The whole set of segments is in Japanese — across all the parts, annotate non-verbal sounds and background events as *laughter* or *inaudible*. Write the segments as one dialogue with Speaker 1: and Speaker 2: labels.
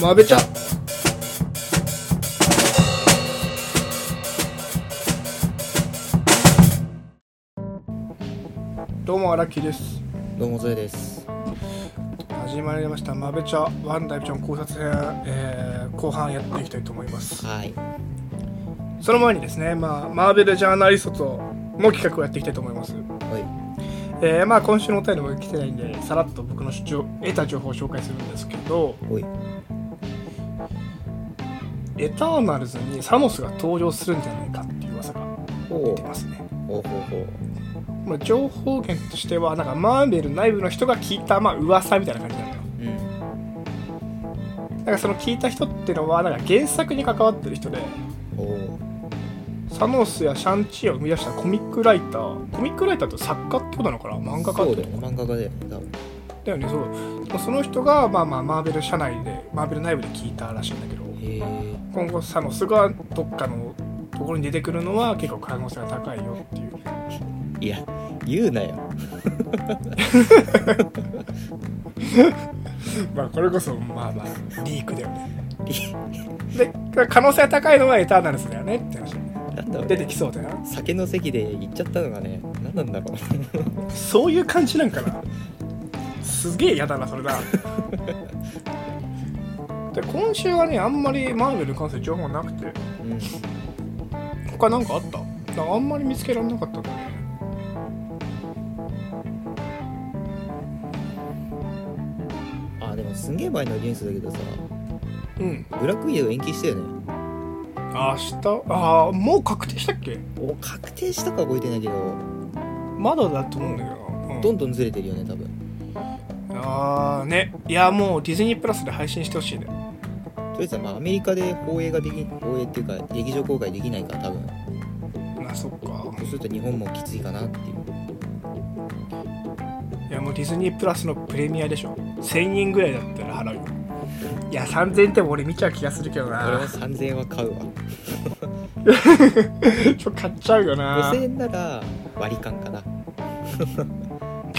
Speaker 1: まべちゃどうも荒木です
Speaker 2: どうもゾエです
Speaker 1: 始まりました「まべちゃワンダイビジョン考察編、えー後半やっていきたいと思います
Speaker 2: はい
Speaker 1: その前にですね、まあ、マーベルジャーナリストとの企画をやっていきたいと思います
Speaker 2: は
Speaker 1: えーまあ今週のお便りも来てないんでさらっと僕の主張得た情報を紹介するんですけど
Speaker 2: いおい
Speaker 1: エターナルズにサノスが登場するんじゃないかっていう噂が
Speaker 2: お
Speaker 1: 出てますね
Speaker 2: おほうほ
Speaker 1: まあ、情報源としてはなんかマーベル内部の人が聞いたまあ噂みたいな感じなのよ
Speaker 2: うう
Speaker 1: な
Speaker 2: ん
Speaker 1: んかその聞いた人ってのはなんか原作に関わってる人で
Speaker 2: おお
Speaker 1: サノスやシャンチーを生み出したコミックライターコミックライターって作家ってことなのかな漫画家
Speaker 2: そう
Speaker 1: っ
Speaker 2: だ
Speaker 1: て
Speaker 2: よね漫画家だよね多分
Speaker 1: だよねそうまあその人がまあまあマーベル社内でマーベル内部で聞いたらしいんだけど
Speaker 2: へえ
Speaker 1: 今後サノスがどっかのところに出てくるのは結構可能性が高いよっていう
Speaker 2: いや言うなよ *laughs*
Speaker 1: まあこれこそまあまあリークだよね
Speaker 2: リ
Speaker 1: で可能性が高いのはエターナルズだよねって話
Speaker 2: なんだろう
Speaker 1: 出てきそうだよ
Speaker 2: 酒の席で言っちゃったのがね何なんだろ
Speaker 1: そういう感じなんかなすげえ嫌だなそ *laughs* れだで今週はねあんまりマーベルに関する情報なくて
Speaker 2: う、うん、
Speaker 1: 他なんかあったなんかあんまり見つけられなかったんだよね
Speaker 2: *laughs* あでもすんげえ前のニュースだけどさ
Speaker 1: うん
Speaker 2: ブラックウィドウ延期したよね
Speaker 1: 明日ああもう確定したっけ
Speaker 2: お確定したか覚えてないけど
Speaker 1: まだだと思うんだけどな、うん
Speaker 2: どんどんずれてるよね多分
Speaker 1: ああねいやもうディズニープラスで配信してほしいね
Speaker 2: とりあえずまあアメリカで放映ができ放映っていうか劇場公開できないから多分
Speaker 1: あそっか
Speaker 2: そうすると日本もきついかなっていう
Speaker 1: いやもうディズニープラスのプレミアでしょ1000円ぐらいだったら払うよいや3000円でも俺見ちゃう気がするけど
Speaker 2: 俺も
Speaker 1: な
Speaker 2: 3000円は買うわ
Speaker 1: *laughs* ちょ買っちゃうよな
Speaker 2: 5000円なら割り勘かな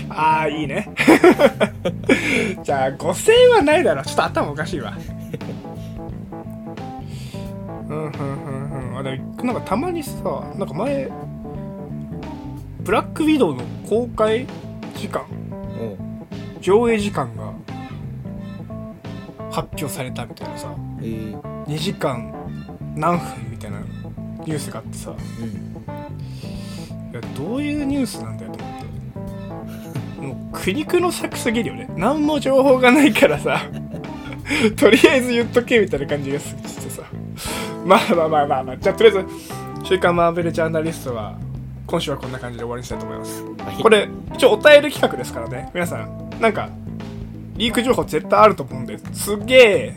Speaker 1: ああいいね *laughs* じゃあ5000円はないだろちょっと頭おかしいわうんうんうんうんあでもなんかたまにさなんか前ブラックウィドウの公開時間
Speaker 2: うん
Speaker 1: 上映時間が発表されたみたいなさ
Speaker 2: えー、
Speaker 1: 2時間何分みたいなニュースがあってさ
Speaker 2: うん
Speaker 1: いやどういうニュースなんだよと思ってもう苦肉の策すぎるよね何も情報がないからさ *laughs* とりあえず言っとけみたいな感じがすしてさまあまあまあまあまあじゃあとりあえず「週刊マーベルジャーナリストは」今週はこんな感じで終わりにしたいと思います
Speaker 2: はい
Speaker 1: これ一応お便り企画ですからね皆さんなんかリーク情報絶対あると思うんですげえ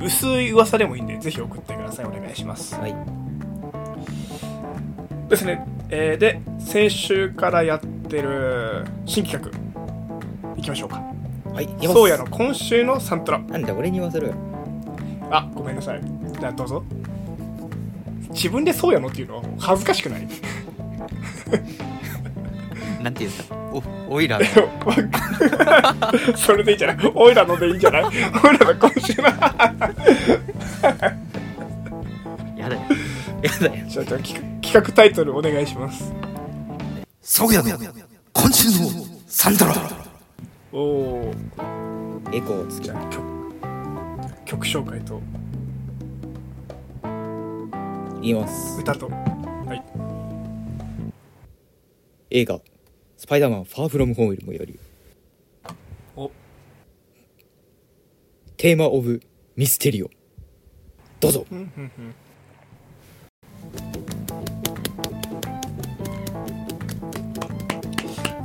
Speaker 1: 薄い噂でもいいんでぜひ送ってくださいお願いします
Speaker 2: はい
Speaker 1: ですね、えーで先週からやってる新企画いきましょうか
Speaker 2: はい行きます
Speaker 1: そうやの今週のサントラ
Speaker 2: なんだ俺に言わせろよ
Speaker 1: あごめんなさいじゃあどうぞ自分でそうやのっていうの恥ずかしくない *laughs*
Speaker 2: なんていうんですかおおいら
Speaker 1: *laughs*
Speaker 2: の
Speaker 1: それでいいんじゃないオイラのでいいんじゃないオイラの今週の
Speaker 2: やだよやだよ
Speaker 1: じゃあじゃあ企画企画タイトルお願いします
Speaker 3: そうやの今週のサンドラ
Speaker 1: おお
Speaker 2: エコーつ
Speaker 1: じ
Speaker 2: け
Speaker 1: ゃあ曲曲紹介と
Speaker 2: 言います
Speaker 1: 歌とはい
Speaker 2: 映画「スパイダーマンファーフロムホーム」より
Speaker 1: お
Speaker 2: テーマ・オブ・ミステリオどうぞ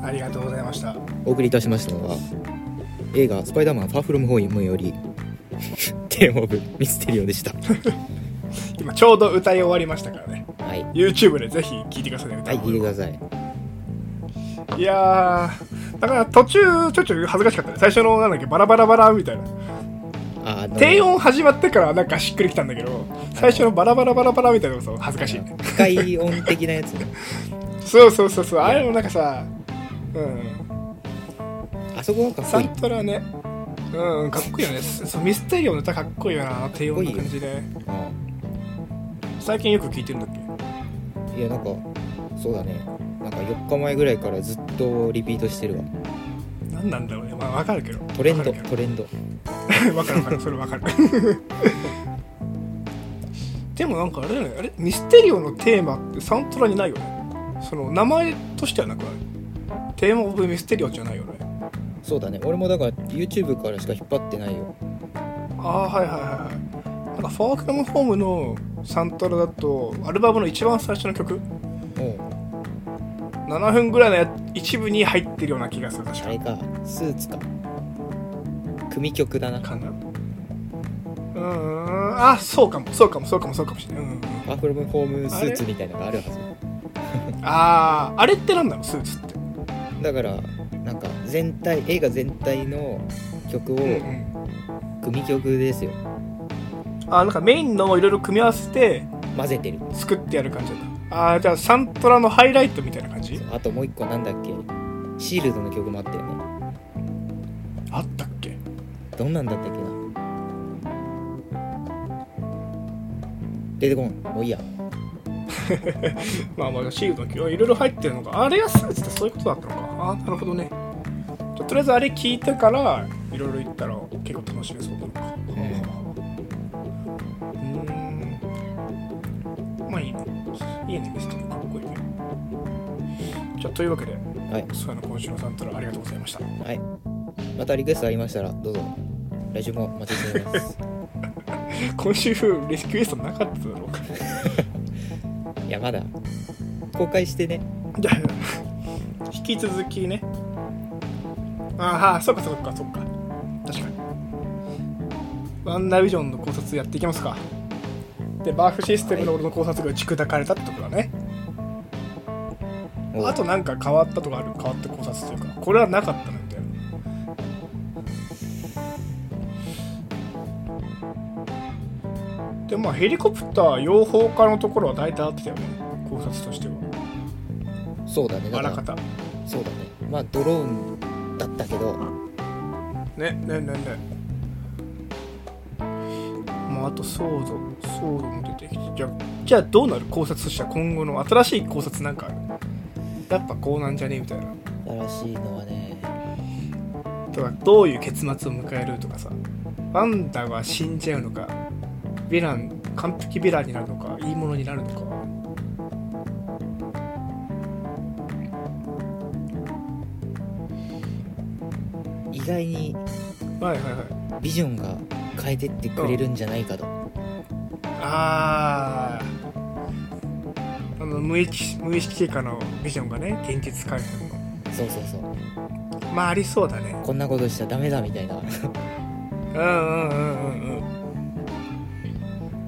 Speaker 1: ありがとうございました
Speaker 2: お送りいたしましたのは映画「スパイダーマンファーフロムホーム」より *laughs* テーマ・オブ・ミステリオ
Speaker 1: *laughs*
Speaker 2: でした
Speaker 1: 今ちょうど歌い終わりましたからね
Speaker 2: はい
Speaker 1: YouTube でぜひ聴いてくださいね
Speaker 2: は
Speaker 1: 歌
Speaker 2: い
Speaker 1: い
Speaker 2: 聞いてください
Speaker 1: いやーだから途中ちょっと恥ずかしかったね最初のなんだっけバラバラバラみたいな
Speaker 2: ああの
Speaker 1: 低音始まってからなんかしっくりきたんだけど最初のバラバラバラバラみたいなのがさ恥ずかしいね
Speaker 2: 機械音的なやつね
Speaker 1: そうそうそうそうあれもなんかさうん
Speaker 2: あそこなんかっ
Speaker 1: サ
Speaker 2: こいい
Speaker 1: ントラねうんかっこいいよねそうミステリオの歌かっこいいよな低音の感じで
Speaker 2: あ
Speaker 1: 最近よく聴いてるんだっけ
Speaker 2: あいやなんかそうだねなんか4日前ぐらいからずっとリピートしてるわ
Speaker 1: 何なんだろうねまあわかるけど
Speaker 2: トレンド
Speaker 1: わかるけ
Speaker 2: トレンド
Speaker 1: ど *laughs* わかるわかるそれわかるでもなんかあれだよねあれミステリオのテーマってサントラにないよねその名前としてはなくあるテーマ・オブ・ミステリオじゃないよね
Speaker 2: そうだね俺もだから YouTube からしか引っ張ってないよ
Speaker 1: ああはいはいはいはいなんか「フォークラム・ホーム」のサントラだとアルバムの一番最初の曲
Speaker 2: おう
Speaker 1: 7分ぐらいのや一部に入ってるような気がする確
Speaker 2: あ
Speaker 1: か
Speaker 2: れかスーツか組曲だな
Speaker 1: かなうーんあそうかもそうかもそうかもそうかもしれない、うんうん
Speaker 2: パーフルムフォームスーツみたいなのがあるはず
Speaker 1: うん、あああれってなんだろうスーツって
Speaker 2: だからなんか全体映画全体の曲を
Speaker 1: うんうん
Speaker 2: 組曲ですよ
Speaker 1: あなんかメインのいろいろ組み合わせて
Speaker 2: 混ぜてる
Speaker 1: 作ってやる感じだあーじゃあサントラのハイライトみたいな感じ
Speaker 2: あともう一個なんだっけシールドの曲もあったよね
Speaker 1: あったっけ
Speaker 2: どんなんだったっけな出てこんもういいや
Speaker 1: まあまあシールドの曲いろいろ入ってるのかあれがスーツってそういうことだったのかあーなるほどねじゃあとりあえずあれ聞いてからいろいろ言ったら結構楽しめそうだなうーんまあいいねいいねミステリーかっこいいねじゃあというわけで
Speaker 2: はい、
Speaker 1: そうやの今週のサントラありがとうございました
Speaker 2: はい、またリクエストありましたらどうぞ来週もお待ちしております
Speaker 1: *laughs* 今週レスキューエストなかっただろうか
Speaker 2: いやまだ公開してね
Speaker 1: じゃあ引き続きねああそっかそっかそっか確かにワンナビジョンの考察やっていきますかでバーフシステムの俺の考察が打ち砕かれたってとこだね、
Speaker 2: おう
Speaker 1: あとなんか変わったとかある変わった考察というかこれはなかったなみたいなでまあヘリコプター養蜂家のところは大体合ってたよね考察としては
Speaker 2: そうだね
Speaker 1: あ
Speaker 2: だからら
Speaker 1: かた
Speaker 2: そうだねまあドローンだったけど
Speaker 1: ねねねねまああとソードソードも出てきてじゃあじゃあどうなる考察としては今後の新しい考察なんかあるやっぱこうなんじゃねみたいな
Speaker 2: 新しいのはね
Speaker 1: とかどういう結末を迎えるとかさワンダが死んじゃうのかヴィラン完璧ヴィランになるのかいいものになるのか
Speaker 2: 意外に
Speaker 1: はいはいはい
Speaker 2: ビジョンが変えてってくれるんじゃないかと、
Speaker 1: あーあの無意識無意識化のビジョンがね現実回復の
Speaker 2: そうそうそう
Speaker 1: まあありそうだね
Speaker 2: こんなことしちゃダメだみたいな *laughs*
Speaker 1: うんうんうんうん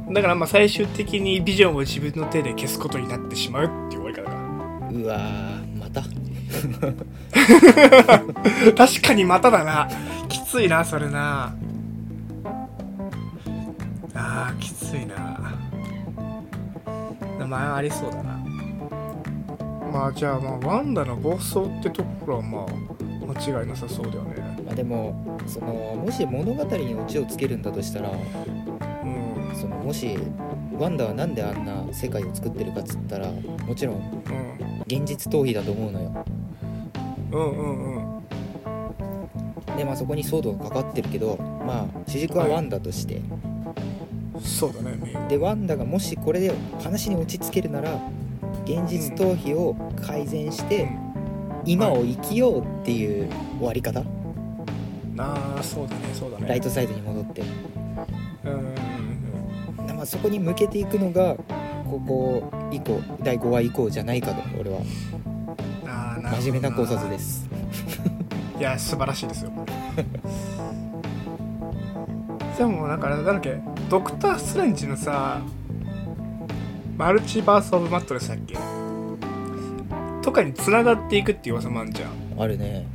Speaker 1: うんだからまあ最終的にビジョンを自分の手で消すことになってしまうっていう終わり方か
Speaker 2: うわーまた
Speaker 1: 確かに *laughs* まただなきついなそれなあーきついな名前ありそうだなまあじゃあまあワンダの暴走ってところはまあ間違いなさそうだよね
Speaker 2: まあでもそのもし物語にオチをつけるんだとしたら
Speaker 1: うん
Speaker 2: そのもしワンダはなんであんな世界を作ってるかっつったらもちろん現実逃避だと思うのよ
Speaker 1: うんうんうんうん
Speaker 2: でまあそこに騒動がかかってるけどまあ主軸はワンダとして、
Speaker 1: そうだねメイン
Speaker 2: でワンダがもしこれで話に落ち着けるなら現実逃避を改善して、今を生きようっていう終わり方、
Speaker 1: ああそうだねそうだね
Speaker 2: ライトサイドに戻って、
Speaker 1: うんうんうん
Speaker 2: なまあ、そこに向けていくのがここ以降第5話以降じゃないかと俺は
Speaker 1: うんあーなるほど
Speaker 2: 真面目な考察です
Speaker 1: いや素晴らしいですよでもなんかなんだっけドクター・ストレンジのさマルチバース・オブ・マットレスだっけとかに繋がっていくっていう噂もあるじゃん
Speaker 2: あるね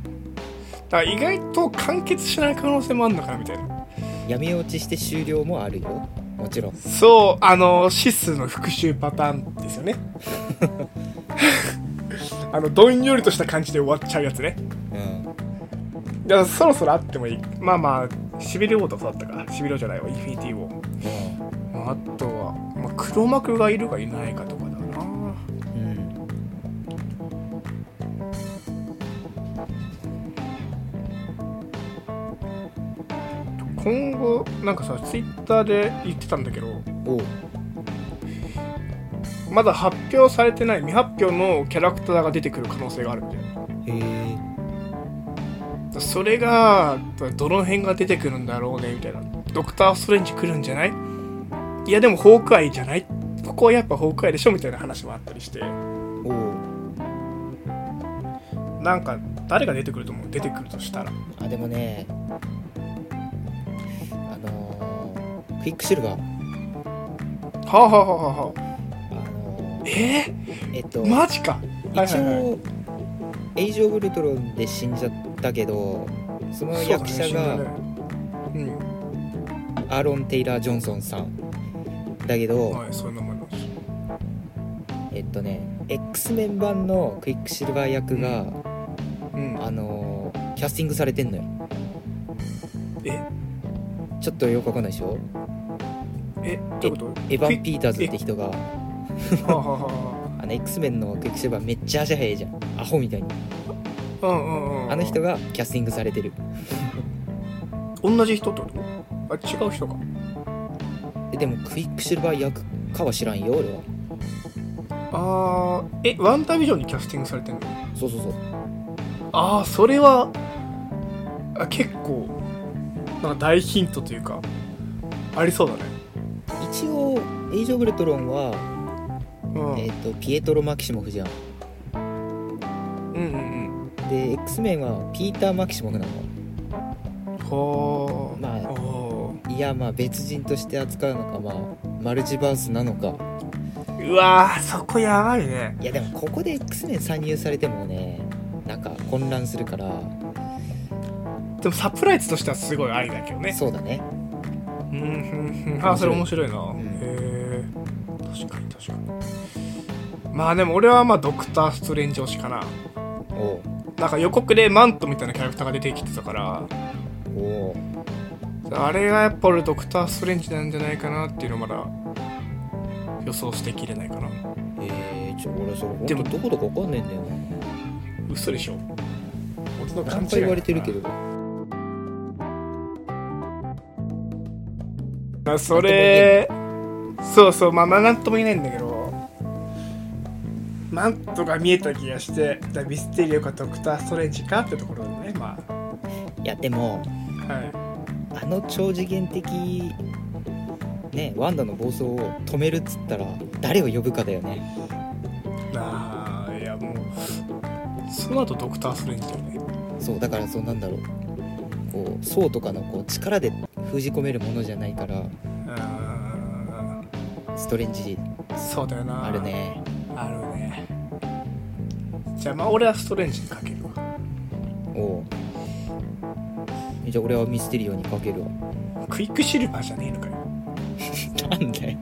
Speaker 1: だから意外と完結しない可能性もあるのかなみたいな
Speaker 2: 闇落ちして終了もあるよもちろん
Speaker 1: そうあのシスの復讐パターンですよね *laughs* あのどんよりとした感じで終わっちゃうやつね
Speaker 2: うん
Speaker 1: だからそろそろあってもいいまあまあシビル王と育ったかシビル王じゃないわインフィニティ王、まあ、あとは、まあ、黒幕がいるかいないかとかだな
Speaker 2: うん
Speaker 1: 今後なんかさツイッターで言ってたんだけど
Speaker 2: おう
Speaker 1: まだ発表されてない未発表のキャラクターが出てくる可能性があるんだよ
Speaker 2: へえ
Speaker 1: それがどの辺が出てくるんだろうねみたいなドクター・ストレンジ来るんじゃないいやでもホークアイじゃないここはやっぱホークアイでしょみたいな話もあったりして
Speaker 2: おう
Speaker 1: なんか誰が出てくると思う出てくるとしたら
Speaker 2: あでもねあのークイックシルバー
Speaker 1: はあはあはあはあ
Speaker 2: あのー
Speaker 1: え
Speaker 2: えっと
Speaker 1: ー、マジかはい
Speaker 2: 一
Speaker 1: はいはい
Speaker 2: 応エイジ・オブ・ウルトロンで死んじゃったけどその役者が
Speaker 1: そうだね死んだね
Speaker 2: アーロン・テイラー・ジョンソンさんだけ
Speaker 1: う
Speaker 2: ど、
Speaker 1: んはいそういうのもあり
Speaker 2: えっとね X メン版のクイックシルバー役が、
Speaker 1: ますうん
Speaker 2: あのーキャスティングされてんのよ
Speaker 1: え
Speaker 2: ちょっとよくわかんないでしょ
Speaker 1: えどういうこと
Speaker 2: エヴァン・ピーターズって人が
Speaker 1: はあはあは
Speaker 2: あの X メンのクイックシルバーめっちゃ足早いじゃんアホみたいに
Speaker 1: あうんうんうん
Speaker 2: あの人がキャスティングされてる
Speaker 1: 同じ人ってことあ違う人か
Speaker 2: ででもクイックシルバー役かは知らんよ俺は
Speaker 1: あーえワンタービジョンにキャスティングされてんの
Speaker 2: そうそうそう
Speaker 1: ああそれはあ結構なんか大ヒントというかありそうだね
Speaker 2: 一応エイジ・オブ・レトロンは、
Speaker 1: うん、
Speaker 2: えっとピエトロ・マキシモフじゃん
Speaker 1: うんうん
Speaker 2: で X メンはピーター・マキシモフなの
Speaker 1: うんは
Speaker 2: ま
Speaker 1: あ
Speaker 2: あ
Speaker 1: お
Speaker 2: いやまあ別人として扱うのかまあマルチバースなのか
Speaker 1: ーうわーそこやばいね
Speaker 2: いやでもここで X メン参入されてもねなんか混乱するから
Speaker 1: でもサプライズとしてはすごいありだけどね
Speaker 2: そうだね
Speaker 1: うんうんうんあーそれ面白いな、
Speaker 2: ん
Speaker 1: へえ確かに確かにまあでも俺はまあドクター・ストレンジ推しかな
Speaker 2: おう
Speaker 1: なんか予告でマントみたいなキャラクターが出てきてたから
Speaker 2: おお
Speaker 1: あれがやっぱ俺ドクター・ストレンジなんじゃないかなっていうのまだ予想してきれないかな
Speaker 2: えー、ちょ俺それ
Speaker 1: でも
Speaker 2: 本当どこだかわかんないんだよな
Speaker 1: 嘘でしょ俺の
Speaker 2: 何回言われてるけど
Speaker 1: どそれそうそうまあまあなんとも言えないんだけどマントが見えた気がしてだからミステリオかドクター・ストレンジかってところだねま
Speaker 2: いやでも
Speaker 1: あは
Speaker 2: あの超次元的ねワンダの暴走を止めるっつったら誰を呼ぶかだよね
Speaker 1: いあーいやもうその後ドクター・ストレンジだよね
Speaker 2: そうだからそうなんだろうこう層とかのこう力で封じ込めるものじゃないから
Speaker 1: うん
Speaker 2: ストレンジ
Speaker 1: そうだよな
Speaker 2: あるね
Speaker 1: あるねじゃあまあ俺はストレンジにかけるわ
Speaker 2: おうじゃあ俺はミステリオにかけるわ
Speaker 1: クイックシルバーじゃねえのかよ
Speaker 2: なんだよ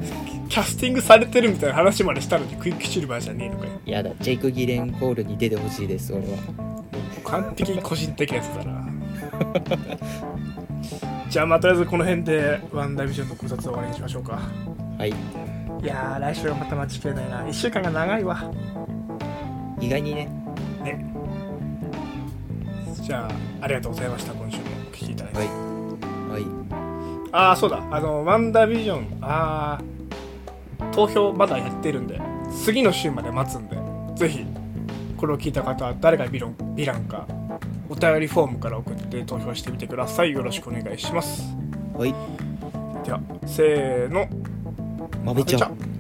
Speaker 1: キャスティングされてるみたいな話までしたのにクイックシルバーじゃねえのかよ
Speaker 2: やだジェイク・ギレンコールに出てほしいです俺は
Speaker 1: 完璧に個人的なやつだな *laughs* じゃあまあとりあえずこの辺でワンダービジョンの考察を終わりにしましょうか
Speaker 2: はい
Speaker 1: いやー来週はまた待ちきれないな1週間が長いわ
Speaker 2: 意外にね
Speaker 1: ねじゃあありがとうございました今週もお聞きいただいて、
Speaker 2: はいはい
Speaker 1: ああそうだあのワンダービジョンああ投票まだやってるんで次の週まで待つんでぜひこれを聞いた方は誰がビロンヴィランかお便りフォームから送って投票してみてくださいよろしくお願いします
Speaker 2: はい
Speaker 1: ではせーの
Speaker 2: まべちゃ
Speaker 1: ま
Speaker 2: ん
Speaker 1: べちゃん